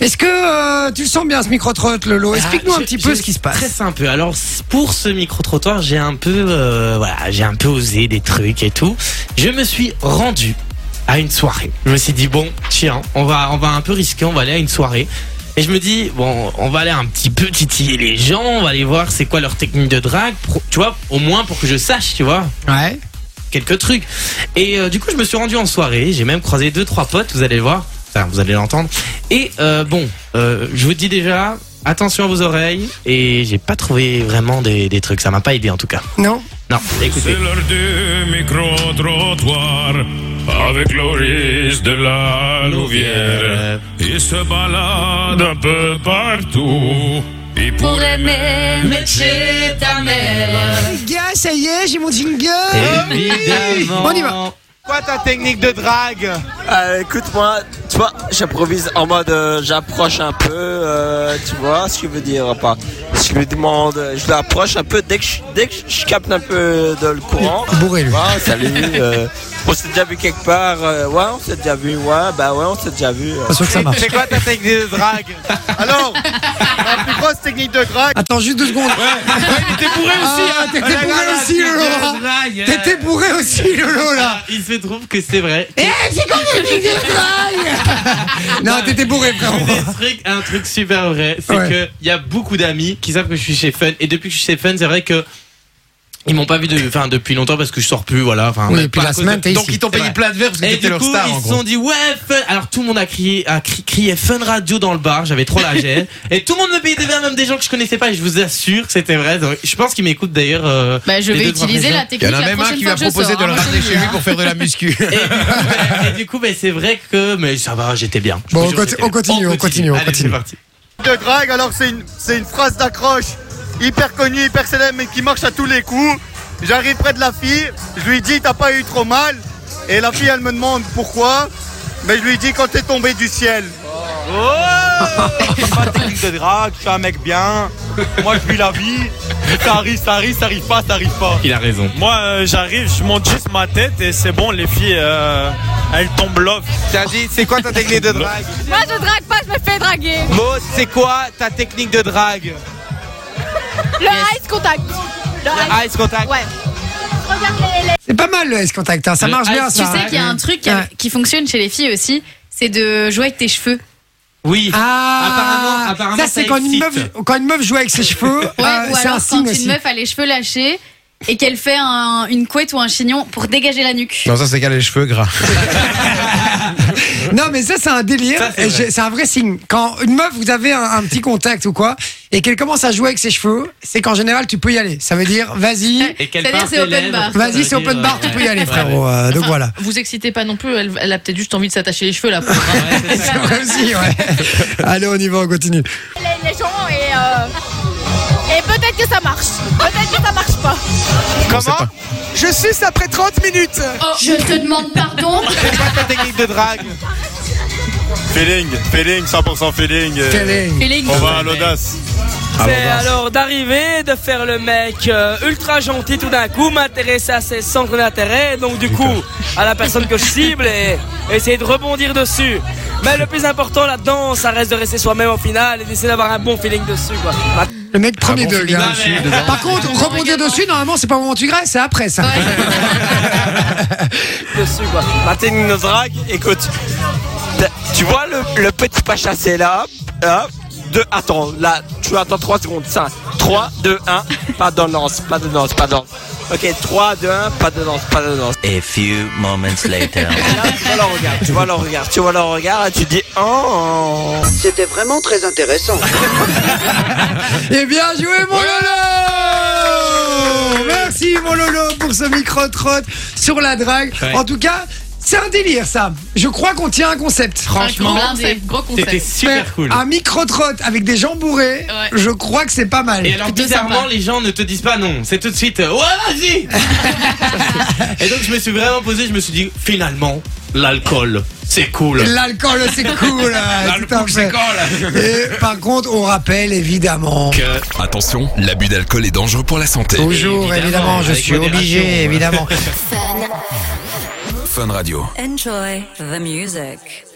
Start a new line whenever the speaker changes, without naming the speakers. Est-ce que euh, tu le sens bien ce micro-trotte, Lolo Explique-nous
Ah,
un
je-
petit peu
je-
ce qui se
Très
passe.
simple. Alors c- pour ce micro trottoir, j'ai un peu, euh, voilà, j'ai un peu osé des trucs et tout. Je me suis rendu à une soirée. Je me suis dit bon, tiens, on va, on va un peu risquer, on va aller à une soirée. Et je me dis bon, on va aller un petit peu titiller les gens, on va aller voir c'est quoi leur technique de drague, pour- tu vois, au moins pour que je sache, tu vois,
Ouais.
quelques trucs. Et euh, du coup, je me suis rendu en soirée. J'ai même croisé deux trois potes. Vous allez le voir. Enfin, vous allez l'entendre. Et euh, bon, euh, je vous dis déjà. Attention à vos oreilles et j'ai pas trouvé vraiment des, des trucs, ça m'a pas aidé en tout cas.
Non
Non, écoutez.
C'est l'heure du micro-trottoir avec Loris de la Louvière. Il se balade un peu partout. Il
Pour
pourrait
aimer, mais chez ta mère.
Les gars, ça y est, j'ai mon jingle Eh
Évidemment.
On y va
Quoi ta technique de drague
Euh, écoute moi, tu vois, j'improvise en mode euh, j'approche un peu, euh, tu vois ce que je veux dire ou pas. Je lui demande, je l'approche un peu dès que je, dès que je capte un peu de le courant.
Bourré, lui.
Ouais, salut, euh, on s'est déjà vu quelque part, euh, ouais on s'est déjà vu, ouais bah ouais on s'est déjà vu. euh.
Pas sûr que ça marche.
C'est quoi ta technique de drague Alors La plus grosse technique de drague
Attends, juste deux secondes.
T'es bourré
Ah, T'étais bourré aussi, Lolo hein. T'étais bourré aussi, Lolo, là
Ah, Il se trouve que c'est vrai.
Eh Non, t'étais bourré,
Un
frérot
des trucs- un truc super vrai, c'est
Ouais.
que il y a beaucoup d'amis qui savent que je suis chez Fun et depuis que je suis chez Fun, c'est vrai que ils m'ont pas vu de, enfin, depuis longtemps parce que je sors plus, voilà. Enfin,
Oui,
même
et puis
pas
la
à cause
semaine,
de-
t'es
Donc,
ici.
ils t'ont payé
plein de verres parce
Et du coup, ils se sont dit ouais fun. Alors tout le monde a crié, a cri- crié fun radio dans le bar. J'avais trop la gêne. et tout le monde me payait des verres, même des gens que je connaissais pas. Et je vous assure, que c'était vrai. Donc, je pense qu'ils m'écoutent d'ailleurs. euh,
Bah, je
les
vais
deux, trois
utiliser
régions.
la
Il y
technique.
en a
la
même un
prochaine
qui
fois
va
que je
proposer
sors,
de
hein,
le
moi, je te
ramener
le
chez
dis,
lui
hein.
pour faire de la muscu.
Et du coup, bah, et du coup, bah, c'est vrai que mais ça va, j'étais bien. Je
Bon,
vous
on
jure,
conti-
j'étais
on
bien.
continue, on continue, on
Allez,
continue.
C'est parti.
de drague, alors c'est une, c'est une phrase d'accroche hyper connue, hyper célèbre, mais qui marche à tous les coups. J'arrive près de la fille, je lui dis t'as pas eu trop mal, et la fille elle me demande pourquoi, mais je lui dis quand t'es tombé du ciel. Oh! pas de technique de drague, je suis un mec bien, moi je vis la vie, ça arrive, ça arrive, ça arrive pas, ça arrive pas.
Il a raison.
Moi, euh, j'arrive, je monte juste ma tête et c'est bon, les filles, euh, elles tombent love.
Tiens, dis, c'est quoi ta technique de drague
Moi, je drague pas, je me fais draguer.
Maud, c'est quoi ta technique de drague
Le ice contact. Le ice.
Ice contact
Ouais. Regarde les- les-
C'est pas mal, le S contact, hein, ça
Le
marche
eye-
bien,
Tu
Ah, Tu
ça
sais qu'il y a un truc qui-
Ouais.
qui fonctionne chez les filles aussi, c'est de jouer avec tes cheveux.
Oui.
Ah
Apparemment- apparemment,
Ça,
ça
c'est quand, une
excite.
meuf- quand une meuf joue avec ses cheveux,
Ouais,
euh,
ou
c'est
alors
un
quand
signe
une
aussi.
meuf a les cheveux lâchés et qu'elle fait un- une couette ou un chignon pour dégager la nuque.
Non, ça, c'est qu'elle a les cheveux gras.
Non, mais ça, c'est un délire.
Ça, c'est
Et
vrai.
j'ai- c'est un vrai signe. Quand une meuf, vous avez un, un petit contact ou quoi, et qu'elle commence à jouer avec ses cheveux, c'est qu'en général, tu peux y aller. Ça veut dire, vas-y,
Et quelle
C'est-à-dire,
part
c'est
tes
open
lèvres,
bar.
ça veut
vas-y, c'est
dire,
open
euh,
bar, tu
ouais.
peux y aller,
Ouais,
frérot. Euh, donc voilà.
Vous excitez pas non plus, elle, elle a peut-être juste envie de s'attacher les cheveux là.
ouais. Ouais, c'est ça.
C'est vrai aussi, ouais. Allez, on y va, on continue.
les- les gens et. euh, Et peut-être que ça marche. Peut-être que ça marche pas.
Comment
Je suce après 30 minutes.
Oh, je te demande pardon.
C'est quoi ta technique de drague
Feeling, feeling, 100% feeling. euh,
Feeling.
Feeling.
on va à l'audace.
Ah,
Ah,
C'est
bah,
alors d'arriver, de faire le mec euh, ultra gentil tout d'un coup, m'intéresser à ses centres d'intérêt, donc du coup à la personne que je cible et essayer de rebondir dessus. Mais le plus important là-dedans, ça reste de rester soi-même au final et d'essayer d'avoir un bon feeling dessus. Quoi.
Le mec premier
Ah
bon
de
feeling
gars.
dessus,
Par contre, rebondir dessus, normalement, c'est pas au moment où tu graisses, c'est après ça.
dessus quoi.
Ma technique de drague
Écoute, tu vois le, le petit pas chassé là, là, deux, attends, là, tu attends 3 secondes, 5, 3, 2, 1, pas de lance, pas de lance, pas de lance. Ok, 3, 2, 1, pas de lance, pas de lance.
A few moments later.
Et là, tu vois leur regard, tu vois leur regard, tu vois leur regard, et tu dis, oh.
C'était vraiment très intéressant.
Et Eh bien joué, mon Lolo Merci, mon Lolo, pour ce micro-trotte sur la drague.
Ouais.
En tout cas, c'est un délire, ça. Je crois qu'on tient un concept.
Franchement,
gros concept, gros
c'était
concept.
super cool.
Un micro-trotte avec des gens bourrés,
Ouais.
je crois que c'est pas mal.
Et alors
Plutôt
bizarrement
sympa.
les gens ne te disent pas non, c'est tout de suite euh, ouais vas-y. Et donc je me suis vraiment posé, je me suis dit finalement l'alcool c'est cool.
L'alcool, c'est cool. ouais, tout à
L'alcool
fait.
c'est cool.
Et par contre, on rappelle évidemment.
Que-
Attention, l'abus d'alcool est dangereux pour la santé.
Toujours, évidemment,
Évidemment,
je
avec
suis
modération,
obligé,
voilà.
évidemment.
Fun Radio.
Enjoy the music.